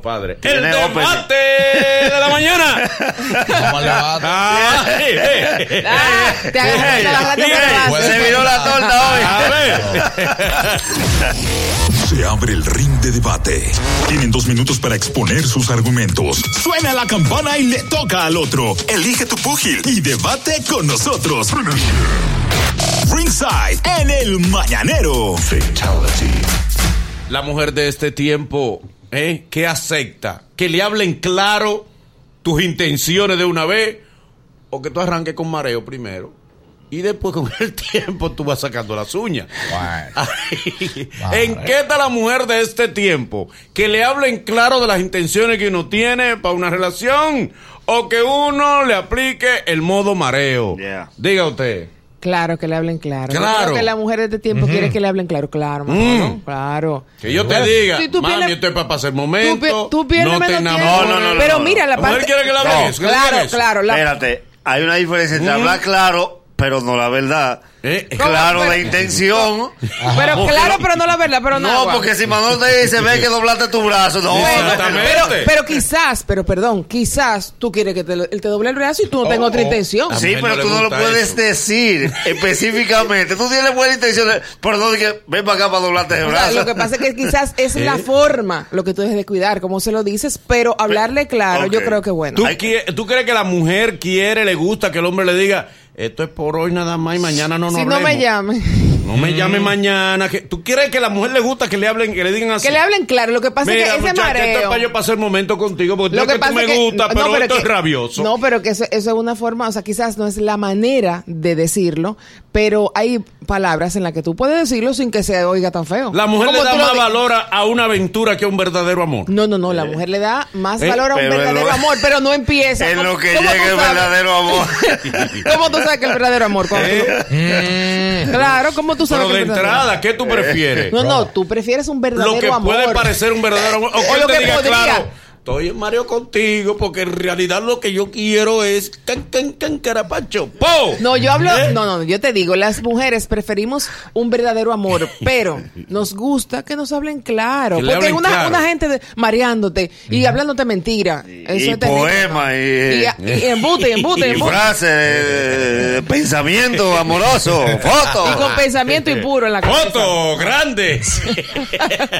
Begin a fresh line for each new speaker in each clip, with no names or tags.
compadre.
¡El
Tiene opening.
debate de la mañana!
Vamos al debate.
¡Ay, eh, eh.
Ah, te agarraste, te agarraste por el brazo.
Puede-
Se viró la torta
Ah,
hoy.
A ver.
Se abre el ring de debate. Tienen dos minutos para exponer sus argumentos. Suena la campana y le toca al otro. Elige tu púgil y debate con nosotros. Ringside en el mañanero.
La mujer de este tiempo, ¿eh? ¿Qué acepta? ¿Que le hablen claro tus intenciones de una vez? ¿O que tú arranques con mareo primero? Y después con el tiempo tú vas sacando las uñas.
Bueno,
Ay, ¿En qué está la mujer de este tiempo? ¿Que le hablen claro de las intenciones que uno tiene para una relación? ¿O que uno le aplique el modo mareo?
Yeah.
Diga usted.
Claro, que le hablen claro. Yo
Claro. Mm.
creo que las mujeres de tiempo quieren que le hablen claro, claro, Manolo, claro.
Que yo te diga,
Si tú
mami,
pierdes-
esto es para pasar
Tú, pi-
momento.
tú pierdes
no te
menos tiempo.
enamores.
No, no, no,
pero
no, no.
mira, la
La mujer
parte...
quiere que le hablen eso, que le
Claro,
hablen eso.
claro. la-
Espérate, hay una diferencia entre hablar claro, pero no la verdad.
Mm. Eh, eh.
Claro
¿Cómo?
la intención.
Pero claro, pero no la verdad, pero
No,
nada.
porque si Manolo te dice, ve que doblaste tu brazo. No,
Exactamente.
Pero, pero quizás, pero perdón, quizás tú quieres que te, lo- él te doble el brazo y tú no tengas otra
oh.
intención.
A
Sí,
mujer no
pero
le
tú no lo
gusta
puedes
eso.
decir específicamente. Tú tienes buena intención, pero no digas, ven para acá para doblarte el
O sea,
brazo.
lo que pasa es que quizás es
¿Eh?
la forma lo que tú debes de cuidar, como se lo dices, pero hablarle claro, yo
ok.
creo que bueno.
¿Tú,
Hay que-
qui- tú crees que la mujer quiere, le gusta que el hombre le diga, esto es por hoy nada más y mañana no nos
si no me
hablemos"?
llamen.
No me llame mañana. que- ¿Tú quieres que a la mujer le gusta que le hablen, que le digan así?
Que le hablen claro, lo que pasa
Mira,
es que ese
muchacha, esto es
mareo.
para yo pasar el momento contigo porque
Lo
creo que,
que
tú
pasa
me
es que-
gusta,
no,
pero,
pero
esto
que-
es rabioso.
No, pero que eso, eso es una forma, o sea, quizás no es la manera de decirlo, pero hay palabras en las que tú puedes decirlo sin que se oiga tan feo.
la mujer le
Como
da
tú lo
más
di-
valor a- a una aventura que a un verdadero amor.
No, no, no, la mujer le da más
Eh,
valor a un
pero en
verdadero
lo-
amor, pero no empieza.
En lo que
¿Cómo tú
llega el
sabes?
verdadero amor.
¿Cómo tú sabes que el verdadero amor? Cuando tú lo- Claro, ¿cómo
Eh.
tú sabes
Pero
que
de
el verdadero amor?
entrada, ¿qué tú prefieres?
No, no, tú prefieres un verdadero
lo que
amor.
puede parecer un verdadero amor. O que
O
él
lo
te
que
diga,
podría.
claro, estoy en Mario contigo porque en realidad lo que yo quiero es can, can, can, carapacho. ¡Po!
No, yo hablo,
¿Eh?
no, no, yo te digo, las mujeres preferimos un verdadero amor, pero nos gusta que nos hablen claro,
Que le
porque
hablen
una,
claro.
una gente de- mareándote y hablándote mentira, eso
y
es terrible,
poema,
¿no?
y-
eh.
y, y embute, y embute, y
Y
embute.
frase, eh, pensamiento amoroso, foto.
Y con pensamiento impuro en la cabeza.
¡Foto! ¡Grande!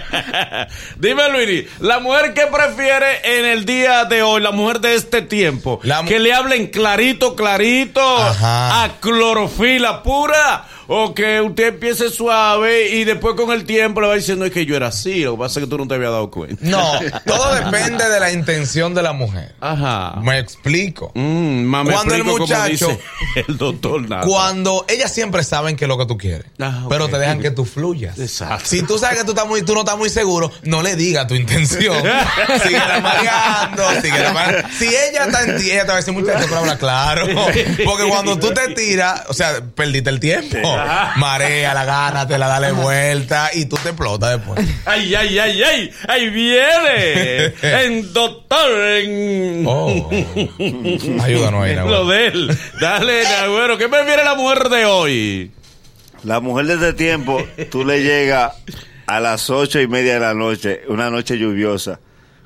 Dime, Luini, la mujer que prefiere en el día de hoy, la mujer de este tiempo,
La mu-
que le hablen clarito, clarito,
Ajá.
a clorofila pura, o que usted empiece suave y después con el tiempo le va diciendo es que yo era así, lo que pasa es que tú no te habías dado cuenta.
no, todo depende de la intención de la mujer.
Ajá.
Me explico.
Mm, mame
Cuando el
frico, como
muchacho-
dice el doctor Nata.
Cuando ellas siempre saben que es lo que tú quieres,
Ah, ok.
pero te dejan que tú fluyas.
Exacto.
Si tú sabes que tú, estás muy, tú no estás muy seguro, no le digas tu intención. sigue mareando, sigue mareando. Si ella está en ti, ella te va a decir muchacho, pero habla claro. Porque cuando tú te tiras, o sea, perdiste el tiempo. Marea, la gana, te la dale vuelta y tú te explotas después.
Ay, ay, ay, ay, ahí viene. en doctor, en
Oh. Ayúdanos ahí, Nahuel.
lo de él. Dale, Nagüero, ¿qué prefiere la mujer de hoy?
La mujer de este tiempo, tú le llegas a las ocho y media de la noche, una noche lluviosa,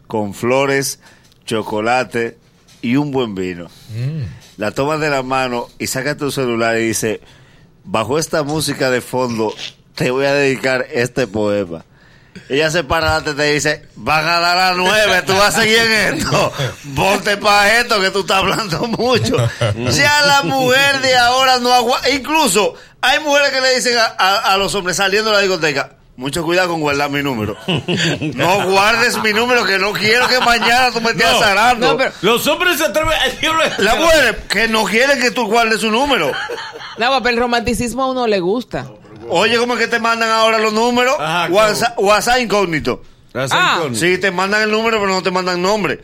con flores, chocolate y un buen vino. La tomas de la mano y sacas tu celular y dice, bajo esta música de fondo, te voy a dedicar este poema. Ella se para adelante y te dice, van a dar a las nueve, tú vas a seguir en esto. Volte para esto que tú estás hablando mucho. Ya la mujer de ahora no aguanta. Incluso hay mujeres que le dicen a, a- a los hombres saliendo de la discoteca, mucho cuidado con guardar mi número. No guardes mi número, que no quiero que mañana tú me estés
No,
azarando.
no, pero-
Los hombres se atreven a
La mujer que no quiere que tú guardes su número.
No, pero el romanticismo a uno le gusta.
Oye, ¿cómo es que te mandan ahora los números?
Ajá, ¿cómo?
WhatsApp, WhatsApp incógnito.
Ah.
Sí, te mandan el número, pero no te mandan nombre.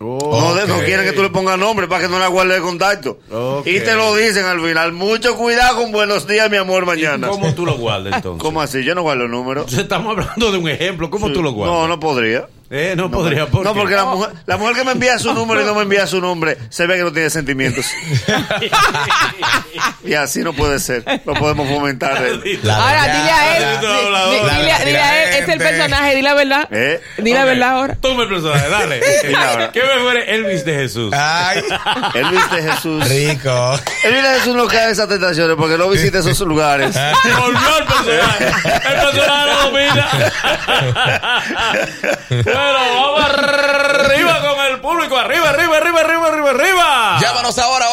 Oh,
No, de- no quieren que tú le pongas nombre para que no la guardes de contacto.
Ok.
Y te lo dicen al final. Mucho cuidado con buenos días, mi amor, mañana.
¿Cómo tú lo guardas entonces?
¿Cómo así? Yo no guardo números.
Entonces, Estamos hablando de un ejemplo. ¿Cómo tú lo guardas?
No, no podría.
Eh, no, podría,
No,
porque-
porque la mujer, la mujer que me envía su número y no me envía su nombre, se ve que no tiene sentimientos. y así no puede ser. No podemos fomentar. el-
La
Ahora,
verdad.
dile a él. di- di-
habladora.
dile a- dile a él. Es el
Gente.
personaje. Dile la verdad.
¿Eh?
Dile la
Ok,
verdad ahora.
Toma el personaje,
Y ahora.
dale. ¿Qué me fuere Elvis de Jesús?
Ay,
Elvis de Jesús.
rico.
Elvis de Jesús no cae en esas tentaciones porque no visita esos lugares.
Volvió el personaje. El personaje lo domina. Bueno, vamos arriba con el público. Arriba, arriba, arriba, arriba, arriba, arriba.
Llámanos ahora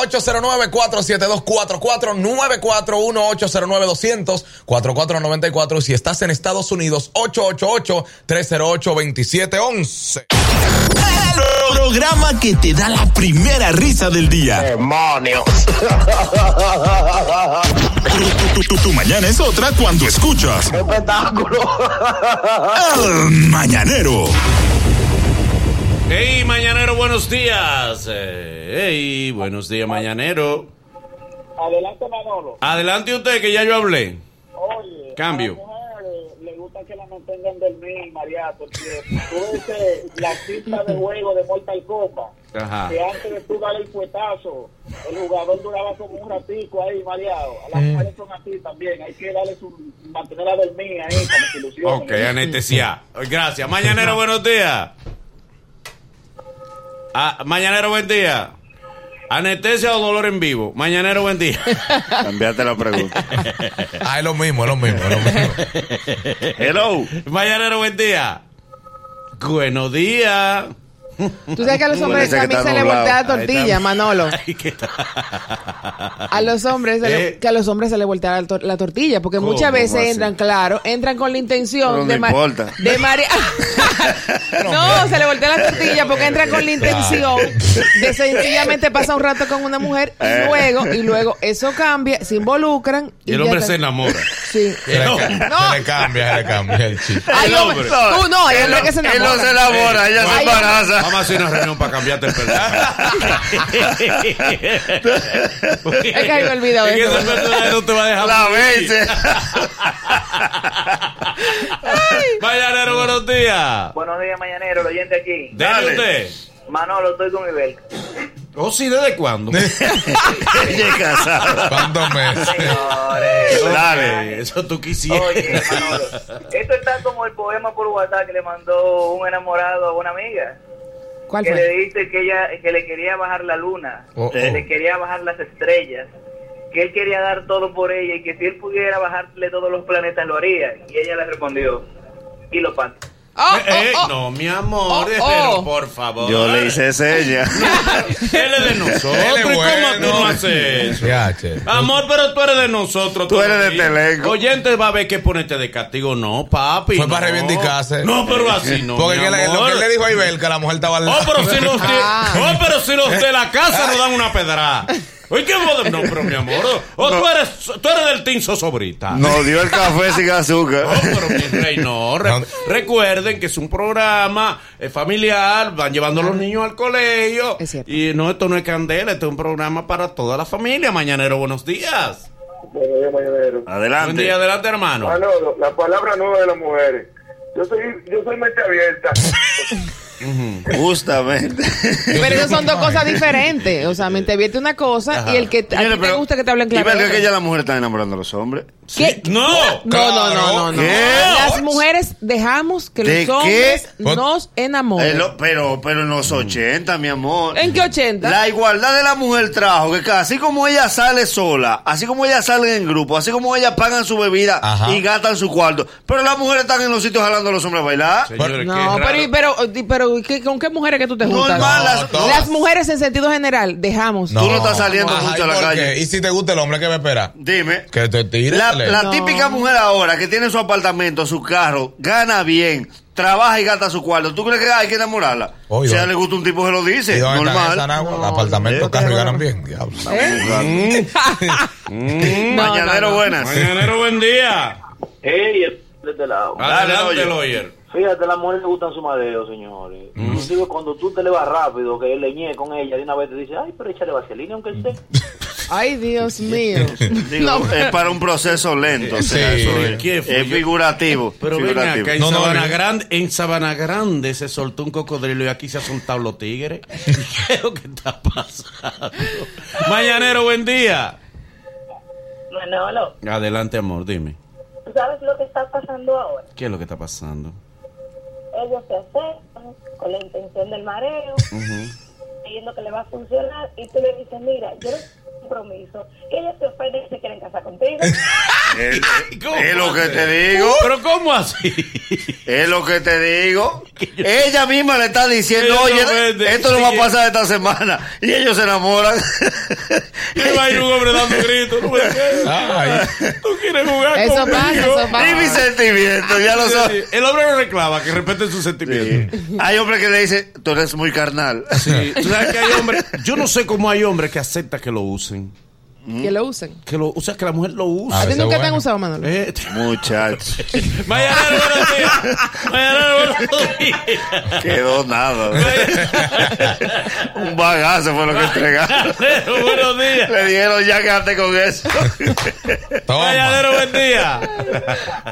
809-472-4494-941-809-200-4494. Si estás en Estados Unidos, 888-308-2711.
Programa que te da la primera risa del día. ¡Demonios! Tu, tu- tu- tu mañana es otra cuando escuchas. ¡Espectáculo! El mañanero.
Hey, mañanero, buenos días. Eh, Hey, buenos días, mañanero.
Adelante, Manolo.
Adelante usted, que ya yo hablé.
Oye,
Cambio.
a las mujeres le gusta que la mantengan dormida y mareada, porque tú ves la cinta de juego de Mortal Kombat,
Ajá.
que antes de tú dar el puetazo, el jugador duraba como un ratico ahí mareado. A las mujeres son así también, hay que darle su, mantenerla dormida ahí para que se ilusionen.
Ok, anestesia. Gracias. Mañanero, buenos días. Ah, mañanero, buen día. Anestesia o dolor en vivo. Mañanero, buen día.
Cambiate la pregunta.
Ah, es lo mismo, es lo mismo, es lo mismo.
Hello.
Mañanero, buen día. Buenos días.
Tú sabes que a los hombres
Parece que
también
está
se le voltea la
nublado.
Ahí
tortilla,
está.
Manolo.
Ay, qué tal.
A los hombres, se le-
Eh.
que a los hombres se le voltea la, tor- la tortilla, porque
¿Cómo
muchas veces
así?
entran, claro, entran con la intención
Pero
de
no
ma-
importa.
de marea. no, se le voltea la tortilla porque entran con la intención de sencillamente pasar un rato con una mujer y luego, y luego eso cambia, se involucran
Y el
ya
hombre
está.
se enamora.
Sí.
Se le, ca-
No.
se le cambia, se le cambia el chip.
Ay,
El
hombre.
hombre.
Tú no, hay
Él
hombre
no-
que se
Él no se
enamora.
enamora, ella se
Ay,
embaraza.
Vamos a hacer una reunión para cambiarte el personaje.
Es que había olvidado
Es que
eso.
ese personaje no te va a dejar.
La
vez.
vence.
Mañanero, buenos días.
Buenos días, mañanero, el oyente aquí.
Dale
Dale.
usted.
Manolo, estoy con Ibel.
Oh, sí, ¿desde cuándo?
Ella es casada.
¿Cuántos meses?
Señores.
Dale, eso tú quisieras. Eh,
Oye, Manolo, esto está como el poema por WhatsApp que le mandó un enamorado a una amiga,
¿Cuál
que le
fue?
dice que ella que le quería bajar la luna,
Oh, oh.
que le quería bajar las estrellas, que él quería dar todo por ella y que si él pudiera bajarle todos los planetas lo haría. Y ella le respondió, y lo pato.
Oh,
Eh,
oh, oh.
No, mi amor,
Oh,
eh,
oh.
pero por favor.
Yo le hice seña.
Él es de nosotros.
Él es
¿Cómo
bueno.
tú no haces eso?
Ya, che.
Amor, pero tú eres de nosotros.
Tú eres de
todavía.
Telenco.
Oyente va a ver que ponerte de castigo. No, papi.
Fue para
no.
reivindicarse.
No, pero así no.
Porque
mi
que le- lo
amor.
que él le dijo a Ibel, que la mujer estaba al
Oh,
lado.
pero si los de,
Ah.
oh, pero si los de la casa nos dan una pedra. Oye, qué modo. No, pero mi amor. Oh, oh, tú, eres, tú eres del tinzo sobrita.
Nos dio el café sin azúcar.
No,
Oh,
pero mi rey, no. Re-
No.
Recuerden que es un programa eh, familiar, van llevando a
Ah.
los niños al colegio.
Es cierto.
Y no, esto no es candela, esto es un programa para toda la familia. Mañanero, buenos días.
Buenos días, mañanero.
Buen día,
Adelante.
adelante, hermano.
Manolo, la palabra nueva de las mujeres. Yo soy, yo soy mente abierta.
Justamente.
Pero eso son dos cosas diferentes. O sea, me intervierte una cosa y el que a ti
Señores,
te
pero-
gusta que te hablen
Y
claro.
verga que ya las mujeres están enamorando a los hombres.
¿Qué?
¡No!
No, no, no, no, no.
¿Qué?
Las mujeres dejamos que
¿De
los hombres
qué?
nos
Eh,
enamoren.
lo- pero, pero en los 80, mi amor.
Mm. ¿En qué 80?
La igualdad de la mujer trajo que así como ella sale sola, así como ella sale en grupo, así como ellas pagan su bebida
Ajá.
y gastan su cuarto, pero las mujeres están en los sitios jalando a los hombres a bailar.
Señores,
No,
qué raro.
pero, pero, di- pero ¿qué- ¿con qué mujeres que tú te juntas?
Normal, las-
No,
Las mujeres en sentido general, dejamos.
Tú no estás saliendo
Ajá,
mucho
¿y
a la
por
calle.
qué? ¿Y si te gusta el hombre, qué me espera?
Dime.
Que te tire.
La, la
No.
típica mujer ahora que tiene su apartamento, su carro, gana bien, trabaja y gasta su cuarto. ¿Tú crees que hay que enamorarla?
Oye,
si a ella
oye.
le gusta un tipo que lo dice,
¿Y dónde están
normal.
esas naguas?
No,
Apartamento,
no,
carro y
no.
ganan bien. Diablo.
No,
Mañanero,
no, no.
buenas.
Mañanero, buen día.
Ey, desde este lado.
Dale,
Adelante,
Loyer.
Loyer.
Fíjate, las mujeres le gustan su madeo, señores. Inclusive cuando tú te le vas rápido, que leñé con ella, de una vez te dice, ay, pero échale vaselina aunque esté.
Ay, Dios mío.
Digo, eh,
No,
es para un proceso lento. o sea,
Sí.
eso es,
¿Quién fue?
es figurativo.
Eh, Pero ven
Eh, figurativo.
acá, en,
No, no,
Sabana
no.
Grande, en Sabana Grande se soltó un cocodrilo y aquí se asuntaron los tigres. ¿Qué es lo que está pasando? Mañanero, buen día.
Manolo,
Adelante, amor, dime.
¿tú sabes lo que está pasando ahora?
¿Qué es lo que está pasando?
Ellos se aceptan con la intención del mareo, creyendo que le va a funcionar, y tú le dices, mira, yo no tengo compromiso. Y ellos se ofenden y se quieren casar contigo.
Es,
¿Cómo
es lo que
hace?
te digo.
¿Pero cómo así?
Es lo que te digo. Ella misma le está diciendo,
Ella
oye,
no vende".
esto no va a
Sí. eh".
pasar esta semana. Y ellos se enamoran.
Y va a ir un hombre dando gritos. ¿Tú, me entiendes?
Ay.
¿Tú quieres jugar
Eso
conmigo?
pasa, eso pasa.
Y mi sentimiento, ya lo
Sí,
sabes.
sí. El hombre no reclama, que respeten sus sentimientos.
Hay hombre que le dice, tú eres muy carnal.
Sí. ¿Tú sabes que hay hombres? Yo no sé cómo hay hombres que aceptan que lo usen.
que lo usen.
Que lo, o sea, que la mujer lo
¿A
A
use.
ti
veces
nunca te han
bueno.
usado, Manolo?
Eh,
Muchacho,
Mañanero, buenos días. Mañanero, buenos días.
quedó nada. Un bagazo fue lo que entregaron.
Mañanero, buenos días.
Le dijeron, ya quédate con eso.
Toma.
Mañanero, buen día.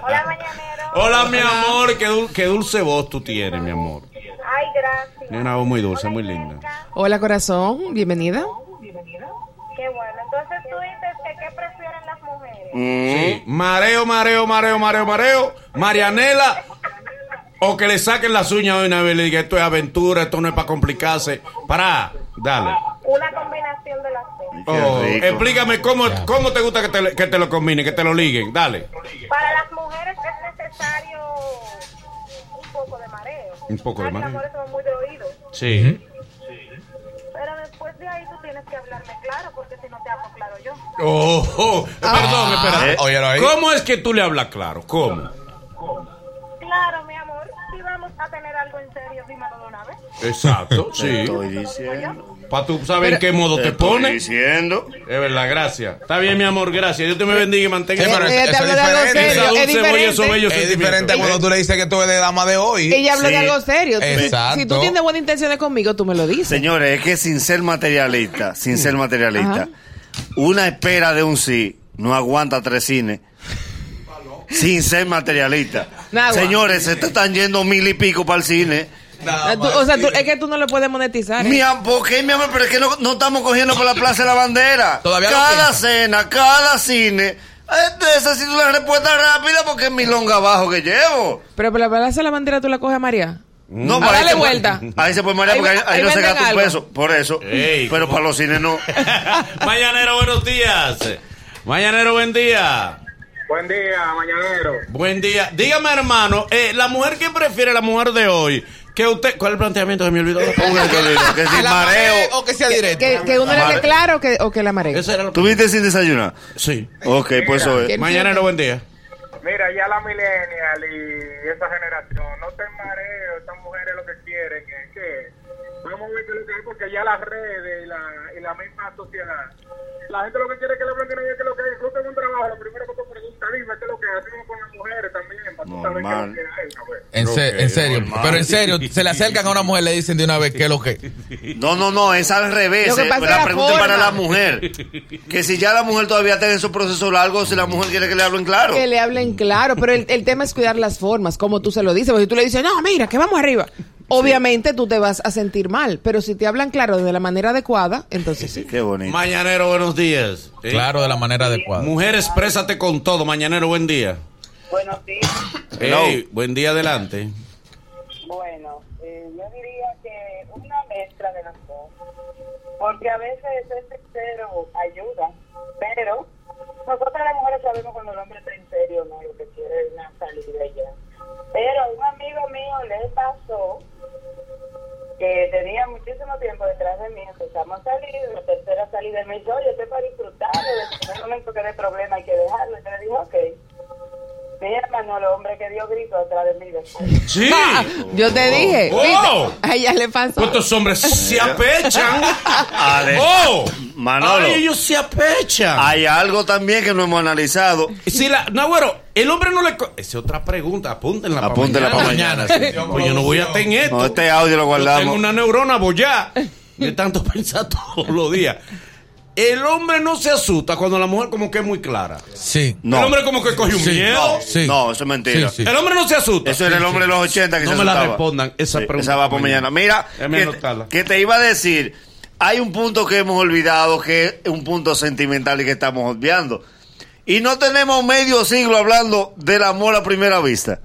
Hola, mañanero.
Hola, mi amor. Qué, dul- qué dulce voz tú tienes, mi amor.
Ay, gracias.
Tiene una voz muy dulce, muy linda.
Hola, corazón. Bienvenida.
Qué bueno. Entonces tú dices que qué prefieren las mujeres.
Sí. Mareo, mareo, mareo, mareo, mareo. Marianela. O que le saquen las uñas de una vez y le diga, esto es aventura, esto no es para complicarse. Pará, dale.
Una combinación de las dos.
Qué
Oh,
rico.
explícame cómo, cómo te gusta que te, que te lo combinen, que te lo liguen. Dale.
Para las mujeres es necesario un poco de mareo.
Un poco de
Ay,
mareo.
Las mujeres son muy de oídos.
Sí.
Pero después de ahí tú tienes que hablarme claro, porque si no te hablo claro yo.
Oh, oh, perdón, espérate.
Eh, óyelo ahí.
¿Cómo es que tú le hablas claro? ¿Cómo?
Claro, mi amor, si vamos a tener algo en serio, dímelo de una vez.
Exacto, sí.
Estoy diciendo.
Para tú saber en qué modo te
estoy
pones.
diciendo.
Es verdad, gracias. Está bien, mi amor, gracias. Dios te me bendiga y mantenga.
Sí, pero
Ella Eh, te
eso es
habló de algo
diferente.
serio.
Esa
Es
dulce voz y esos
diferente.
bellos
Es
sentimientos.
diferente cuando tú le dices que tú eres dama de hoy.
Ella habló de
Sí.
algo serio. Si-
Exacto.
Si tú tienes buenas intenciones conmigo, tú me lo dices.
Señores, es que sin ser materialista, sin ser materialista,
Ajá.
una espera de un sí no aguanta tres cines. Sin ser materialista.
No aguanta.
Señores, se te están yendo mil y pico para el cine.
Ah, tú- o sea, tú- es que tú no lo puedes monetizar. ¿eh?
Mi am- ¿Por qué, mi amor? Pero es que no, no estamos cogiendo por la Plaza de la Bandera.
Todavía no
cada
piensa.
cena, cada cine. eh, Necesito una respuesta rápida porque es mi longa abajo que llevo.
Pero para la plaza de la bandera tú la coges a María.
No,
Ah,
pero ahí
dale
se puede-
vuelta.
Ahí se puede marear
Ahí
porque ahí,
ven-
ahí
ahí
no se
venden
gasta un
algo.
peso. Por eso.
Ey,
pero para los cines no.
Mañanero, buenos días. Mañanero, buen día.
Buen día, mañanero.
Buen día. Dígame, hermano, eh, la mujer que prefiere la mujer de hoy, que usted. ¿Cuál es el planteamiento? Se me olvidó.
Póngale que olvido, que sin
La
mareo.
O que sea directo.
Que, que uno le dé claro o que, o que la marea.
Ese era el.
¿Tuviste sin desayunar?
Sí.
Ok, pues eso es.
¿Quién
Mañanero, buen día.
Mira, ya la millennial y esa generación, no te mareo, estas mujeres lo que quieren es que vamos a ver qué es lo que hay, porque ya las redes y la, y la misma sociedad, la gente lo que quiere es que le hablen de es que lo que hay, disfruten un trabajo, lo primero que te pregunta, dime qué es lo que hacemos con las mujeres también, para tú saber qué es lo
Normal.
que hay, cabrón.
En, se- en serio, pero en serio, se le acercan a una mujer y le dicen de una vez que es lo que.
No, no, no, es al revés.
Lo que
eh.
pasa es
La
la
pregunta es para
forma.
la mujer. Que si ya la mujer todavía está en su proceso largo, si la mujer quiere que le hablen claro.
Que le hablen claro, pero el, el tema es cuidar las formas, como tú se lo dices. Porque si tú le dices, no, mira, que vamos arriba. Obviamente tú te vas a sentir mal, pero si te hablan claro de la manera adecuada, entonces sí.
Qué bonito.
Mañanero, buenos días. Eh,
Claro, de la manera adecuada.
Mujer, exprésate con todo. Mañanero, buen día.
Buenos días.
Hello.
Ey, buen día, adelante.
Bueno, eh, yo diría que una mezcla de las dos. Porque a veces ser sincero ayuda, pero nosotras las mujeres sabemos cuando el hombre está en serio, no, lo que quiere es una salida y ya. Pero a un amigo mío le pasó que tenía muchísimo tiempo detrás de mí, empezamos a salir, la tercera salida él me dijo, oye, estoy para disfrutarlo, desde el momento que dé problema hay que dejarlo. Y yo le dije, ok. Mira, Manolo, hombre que dio grito detrás de mí después.
Sí.
Ah, yo te dije,
Oh. Pues
¿viste? a ella le pasó.
¿Cuántos hombres se apechan?
Ale-
¡Oh!
Manolo.
Ay, ellos se apechan.
Hay algo también que no hemos analizado.
Si la, no, bueno, el hombre no le. co- Esa es otra pregunta. Apúntenla para
Apúntenla pa' mañana,
mañana. Pues yo no voy a tener esto.
No, este audio lo
Yo tengo
guardamos.
una neurona bollada de tanto pensar todos los días. El hombre no se asusta cuando la mujer como que es muy clara.
Sí.
No.
El hombre como que coge un
Sí.
miedo.
Sí.
No, eso es mentira.
Sí, sí.
El hombre no se asusta.
Eso era el hombre de los 80 que
No
se
me la
asustaba.
respondan, esa pregunta
Esa va por
mañana.
mañana. Mira,
Déjame
que,
anotarla.
que te iba a decir, hay un punto que hemos olvidado, que es un punto sentimental y que estamos obviando. Y no tenemos medio siglo hablando del amor a primera vista.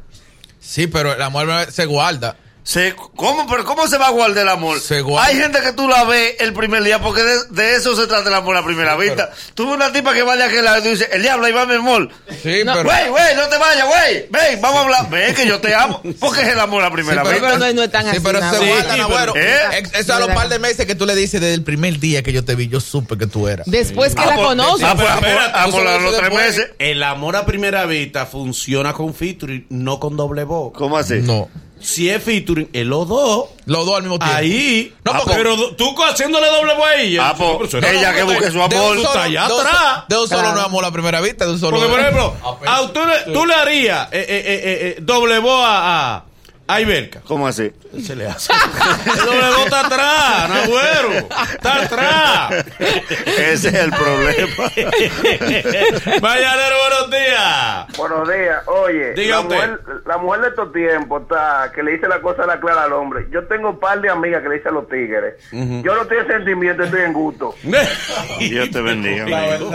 Sí, pero el amor se guarda.
Se, ¿cómo, pero ¿Cómo se va a guardar el amor?
Se guarda.
Hay gente que tú la ves el primer día, porque de, de eso se trata el amor a primera vista. Tú ves una tipa que vaya a que la tú dices, el diablo, ahí va mi amor.
Sí, pero.
Güey, güey, no te vayas, güey. Ven, vamos a hablar. Ven, que yo te amo. Porque es el amor a primera
pero-
vista.
no es- no es tan
sí,
así,
pero se
Nahuel.
guarda,
Sí,
Nahuel.
pero- ¿Eh?
Ex- Eso a los par de meses que tú le dices desde el primer día que yo te vi, yo supe que tú eras.
Después que
Ah,
la
por-
conoces.
Ah, por, ah, por-
Espérate,
ah,
tú
por
sabes
los
eso
tres
después.
meses.
El amor a primera vista funciona con featuring, no con doble voz.
¿Cómo así?
No.
Si es featuring, el los dos,
Los dos al mismo tiempo.
ahí.
No,
Ah,
porque-
pero do- tú co- haciéndole doble voz a ella.
Ah, pues,
No, pero eso era-
ella que busque su amor.
De un
Tú
solo,
estás allá
de un so-
atrás.
de un solo
Claro.
no amo la primera vista, de un solo. Ah, pues.
Porque, por ejemplo,
Apenas.
a usted le- tú le harías eh, eh, eh, eh, doble voz a, a, a Iberca.
¿Cómo así?
Se le hace. El doble voz está atrás, Nagüero. Está atrás.
Ese es el problema.
Mañanero, buenos días.
Buenos días. Oye,
Diga
la
usted.
mujer, la mujer de estos tiempos está que le dice la cosa a la clara al hombre. Yo tengo un par de amigas que le dicen a los tigres. Yo no estoy en sentimiento, estoy en gusto.
Dios te bendiga. amigo.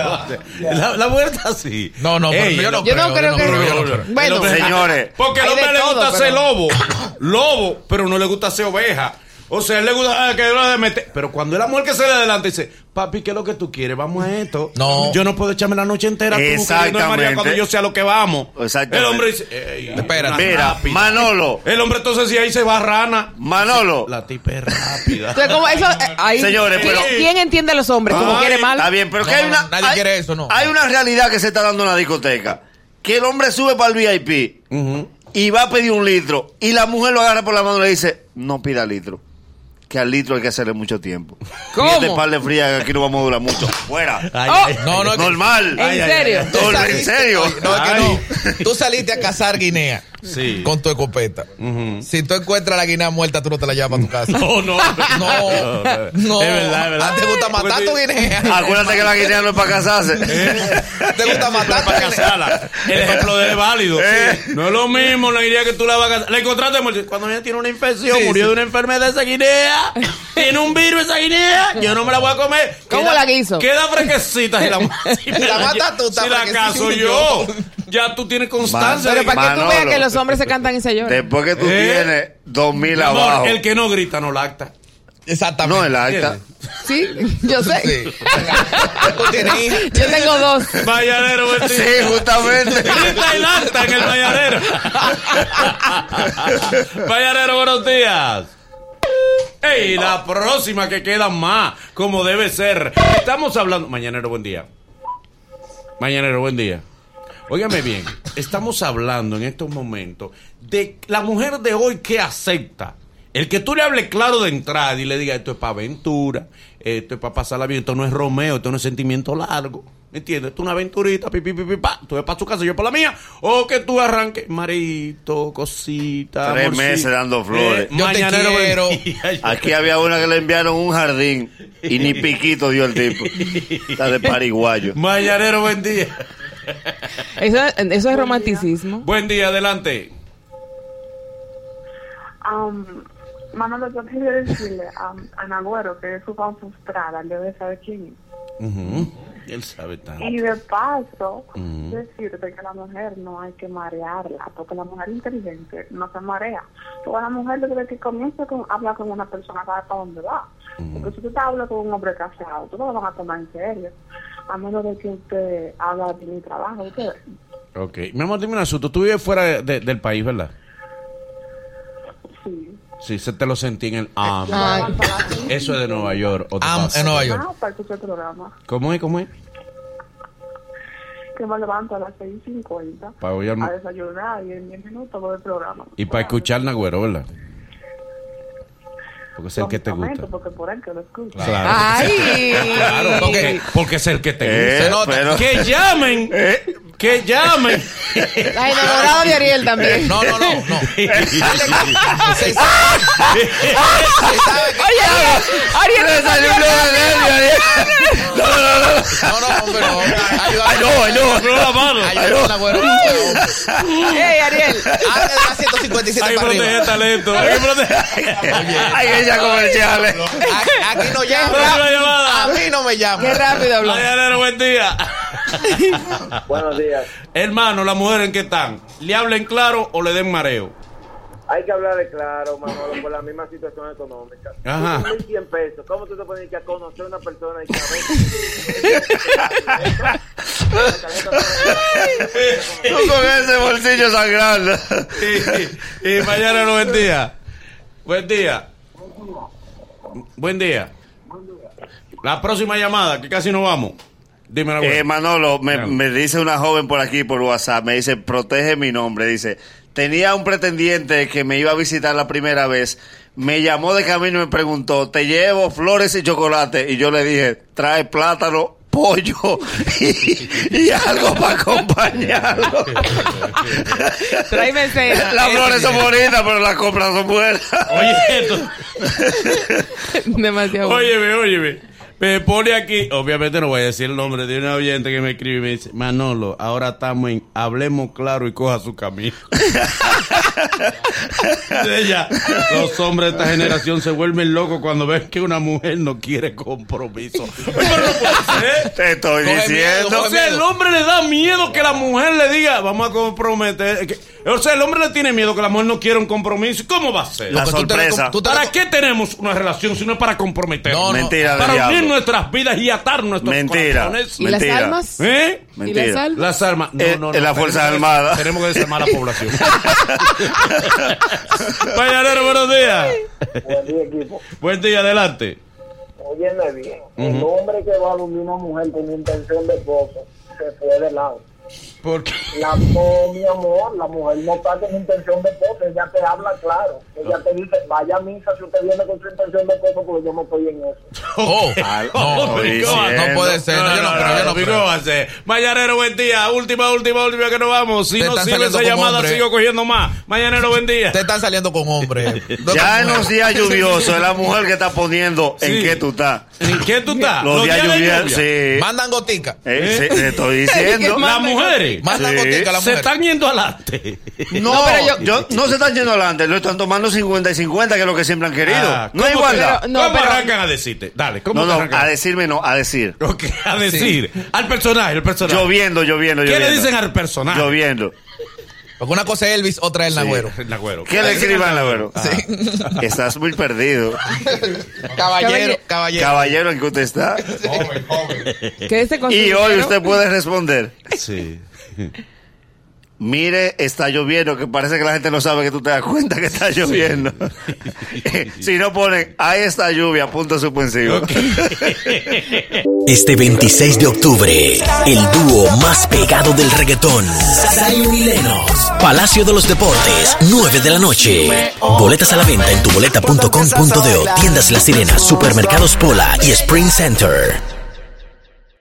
La, la mujer está así.
No, no, pero yo no
yo no
creo,
creo,
yo no creo, yo
que.
no creo.
Bueno,
Pero-
Señores,
Porque al
Hay de
hombre le
todo,
gusta
pero-
ser lobo. Lobo, pero no le gusta ser oveja. O sea, él le gusta ah, que lo de meter. Pero cuando el amor que se le adelanta dice, papi, ¿qué es lo que tú quieres? Vamos a esto.
No.
Yo no puedo echarme la noche entera tú buscando el marido
Exactamente.
cuando yo sé a lo que vamos.
Exactamente.
El hombre dice, "Ey,
Espérate.
una
mira,
rápida".
Manolo,
El hombre entonces si ahí se va rana.
Manolo.
La tipa es rápida.
entonces, como eso, eh, ahí-
Señores,
¿quién,
pero-
quién entiende a los hombres? Como
Ay,
quiere mal.
Está bien, pero
No,
que hay
no,
una.
nadie
hay-
quiere eso, no.
Hay una realidad que se está dando en la discoteca: que el hombre sube para el VIP y va a pedir un litro, y la mujer lo agarra por la mano y le dice: No pida litro. Que al litro hay que hacerle mucho tiempo.
¿Cómo?
Y este par de fría que aquí no vamos a durar mucho. Fuera.
Oh,
No, no, es que-
Normal.
¿En serio?
tú
Normal,
saliste-
¿En serio?
Oye, No, es que no. Tú saliste a cazar guinea
Sí.
con tu escopeta. Si tú encuentras la guinea muerta, tú no te la llevas para tu casa.
No, no.
No, no.
Es verdad, es verdad. Pues
Ah, ¿Te gusta matar tu guinea?
Acuérdate que la guinea no es para
Eh.
casarse.
¿Te gusta matar tu
para
guinea?
casarla. El ejemplo de él es válido. No es lo mismo la guinea que tú la vas a casar. La encontraste muerta. Cuando ella tiene una infección,
Sí,
murió
sí.
de una enfermedad esa guinea. Tiene un virus esa guinea. Yo no me la voy a comer.
¿Cómo
Queda-
la guiso?
Queda fresquecita. Si la, si me
la matas tú, está
Si la
fresquecita.
caso yo. Ya tú tienes constancia.
Pero
de que-
Para que tú veas
Manolo.
que los hombres se cantan y se lloran.
Después que tú
Eh.
tienes dos mil
Amor,
abajo.
el que no grita no lacta.
Exactamente.
No, el acta.
Sí, yo sé.
Sí. Tú tienes hija.
Yo tengo dos.
Valladero, buen día.
Sí, justamente.
Grita y lacta en el valladero. valladero, buenos días. Y la próxima que queda más, como debe ser. Estamos hablando. Mañanero, buen día. Mañanero, buen día. Óigame bien, estamos hablando en estos momentos de la mujer de hoy que acepta. El que tú le hables claro de entrada y le diga esto es para aventura, esto es para pasarla bien, esto no es Romeo, esto no es sentimiento largo. ¿Me entiendes? Esto es una aventurita, pi, pi, pi, pi, pa. Tú ves para su casa, yo para la mía. O que tú arranques, marito, cosita.
Tres
amorcito. Eh,
meses dando flores.
Yo te
mañanero, buen
quiero.
día.
Aquí había una que le enviaron un jardín y ni piquito dio el tipo. Está de pariguayo.
Mañanero, buen día.
Eso, eso es romanticismo.
Buen día, adelante.
Um, Manolo, yo quería decirle a, a Nagüero que es su fan frustrada, él debe saber quién es.
Ujú. Él sabe tanto.
Y de paso, decirte que la mujer no hay que marearla, porque la mujer inteligente no se marea. Porque la mujer desde que comienza con, habla con una persona sabe para dónde va. Porque si tú te hablas con un hombre casado, tú no lo vas a tomar en serio. A menos de que usted habla de mi trabajo, usted.
Ok. Mi amor, dime un asunto. Tú vives fuera de- de- del país, ¿verdad?
Sí.
Sí, se te lo sentí en el AM.
Ay,
Eso es de Nueva York. ¿o te
Am
pasa?
en Nueva York.
Ah, para escuchar el programa,
¿Cómo es? ¿Cómo es?
que me levanto a las 6.50.
Para oír-
a desayunar y en 10 minutos voy al programa.
y para escuchar Nagüero, ¿verdad? Porque es el que te gusta.
Lógicamente, Porque por él que lo escucho.
Ah,
Claro.
Ay.
Claro, porque, porque es el que te gusta.
Eh,
Se nota.
pero-
Que llamen. Que llamen.
La enamorada de Ariel también.
Eh, No, no, no, no. Se-
Oye, Ariel, Ariel,
Le salió un dedo de nervio ahí. No, no,
No, no, hombre, no. Ayúdame.
Ay, no, ay, no.
No, la mano.
Ayúdame, güero.
¡Ey, Ariel!
Hazle la 157
Hay que
para
proteger
arriba.
talento. Hay que proteger.
Hay que echar comerciales.
Aquí, aquí no
Próxima
llama.
llamada.
A mí no me llama.
¡Qué rápido habló!
Marianero, buen día.
Buenos días.
Hermano, las mujeres en qué están. ¿Le hablen claro o le den mareo?
Hay que hablar de claro, Manolo, por la misma situación económica.
Ajá.
Tú tienes 1.100 pesos. ¿Cómo tú te pones que a conocer a una persona y que a ver?
Tú con ese bolsillo sangrando.
Ah,
Y, y mañana no buen día. Buen día. Buen día. La próxima llamada, que casi no vamos. Dime la
Eh, Manolo, me,
Claro.
me dice una joven por aquí, por WhatsApp, me dice, protege mi nombre. Dice, tenía un pretendiente que me iba a visitar la primera vez. Me llamó de camino y me preguntó, ¿te llevo flores y chocolate? Y yo le dije, trae plátano, pollo y, y algo para acompañarlo.
Tráeme cena.
eh,
las flores son bonitas, pero las compras son buenas.
Oye, esto-
Demasiado. bueno.
óyeme, óyeme. Me pone aquí, obviamente no voy a decir el nombre de una oyente que me escribe y me dice, Manolo, ahora estamos en hablemos claro y coja su camino. Ella, los hombres de esta generación se vuelven locos cuando ven que una mujer no quiere compromiso. Pero no puede ser.
Te estoy
Coge miedo,
diciendo.
O sea, el hombre le da miedo que la mujer le diga, vamos a comprometer. que- O sea, el hombre le tiene miedo que la mujer no quiera un compromiso. ¿Cómo va a ser?
La
Loco, Pues tú te
sorpresa.
ves como- tú te-
¿Para qué tenemos una relación si no es para comprometernos?
No, no.
Mentira, del
para unir
diablo.
nuestras vidas y atar nuestros
Mentira.
corazones.
¿Y
Mentira.
las almas?
¿Eh?
¿Y las
Mentira.
almas?
Las armas. No,
Eh,
no, no.
en las
Tenemos
Fuerzas
que-
Armadas.
Tenemos que desarmar a la población. Vallanero, buenos días.
Buen día, equipo.
Buen día, adelante.
Óyeme bien. El hombre que va a dormir una mujer con intención de pozo se fue de lado.
Porque
La, no, mi amor, la mujer no está con intención de pozo. Ella te habla claro. Ella te dice, vaya a misa si usted viene con su intención de pozo porque yo no estoy en eso.
Oh, no,
estoy
no,
diciendo.
puede ser. No, yo no creo, yo no
Vico,
creo.
va a ser. Mañanero, buen día. Última, última, última que nos vamos. Si
Te
no
están
sirve
saliendo
esa
como
llamada,
hombre.
sigo cogiendo más. Mañanero, buen día.
Te están saliendo con hombres. No
Ya
te-
en los días lluviosos es la mujer que está poniendo en
Sí.
qué tú estás.
¿En qué tú estás?
Los, días,
de
lluviosos,
lluvia.
sí.
Mandan gotica.
Eh, sí, te estoy diciendo.
Las mujeres
Mandan
Sí.
gotica las
se
mujeres.
están yendo adelante.
No,
pero yo-
yo- no se están yendo adelante, lo están tomando 50 y 50, que es lo que siempre han querido.
Ah,
no
¿cómo
hay igualdad.
No,
¿Cómo
pero-
arrancan a decirte? Dale, ¿cómo
No,
te
no,
arrancan?
a decirme no, a decir.
Ok, a decir. Al personaje, el personaje.
Lloviendo, lloviendo, lloviendo.
¿Qué le dicen al personaje?
Lloviendo.
Porque una cosa es Elvis, otra es el Nagüero.
El agüero.
¿Qué le escriban, Lavero?
Ah.
Estás muy perdido.
Caballero, caballero.
Caballero, ¿en qué usted está?
Joven, joven.
Quédese con su
Y hoy
dinero.
usted puede responder.
Sí.
Mire, está lloviendo, que parece que la gente no sabe que tú te das cuenta que está lloviendo. si no ponen, ahí está lluvia, punto suspensivo.
Este 26 de octubre, el dúo más pegado del reggaetón. Zion y Lennox. Palacio de los Deportes, 9 de la noche. Boletas a la venta en tuboleta.com.de, tiendas La Sirena, supermercados Pola y Spring Center.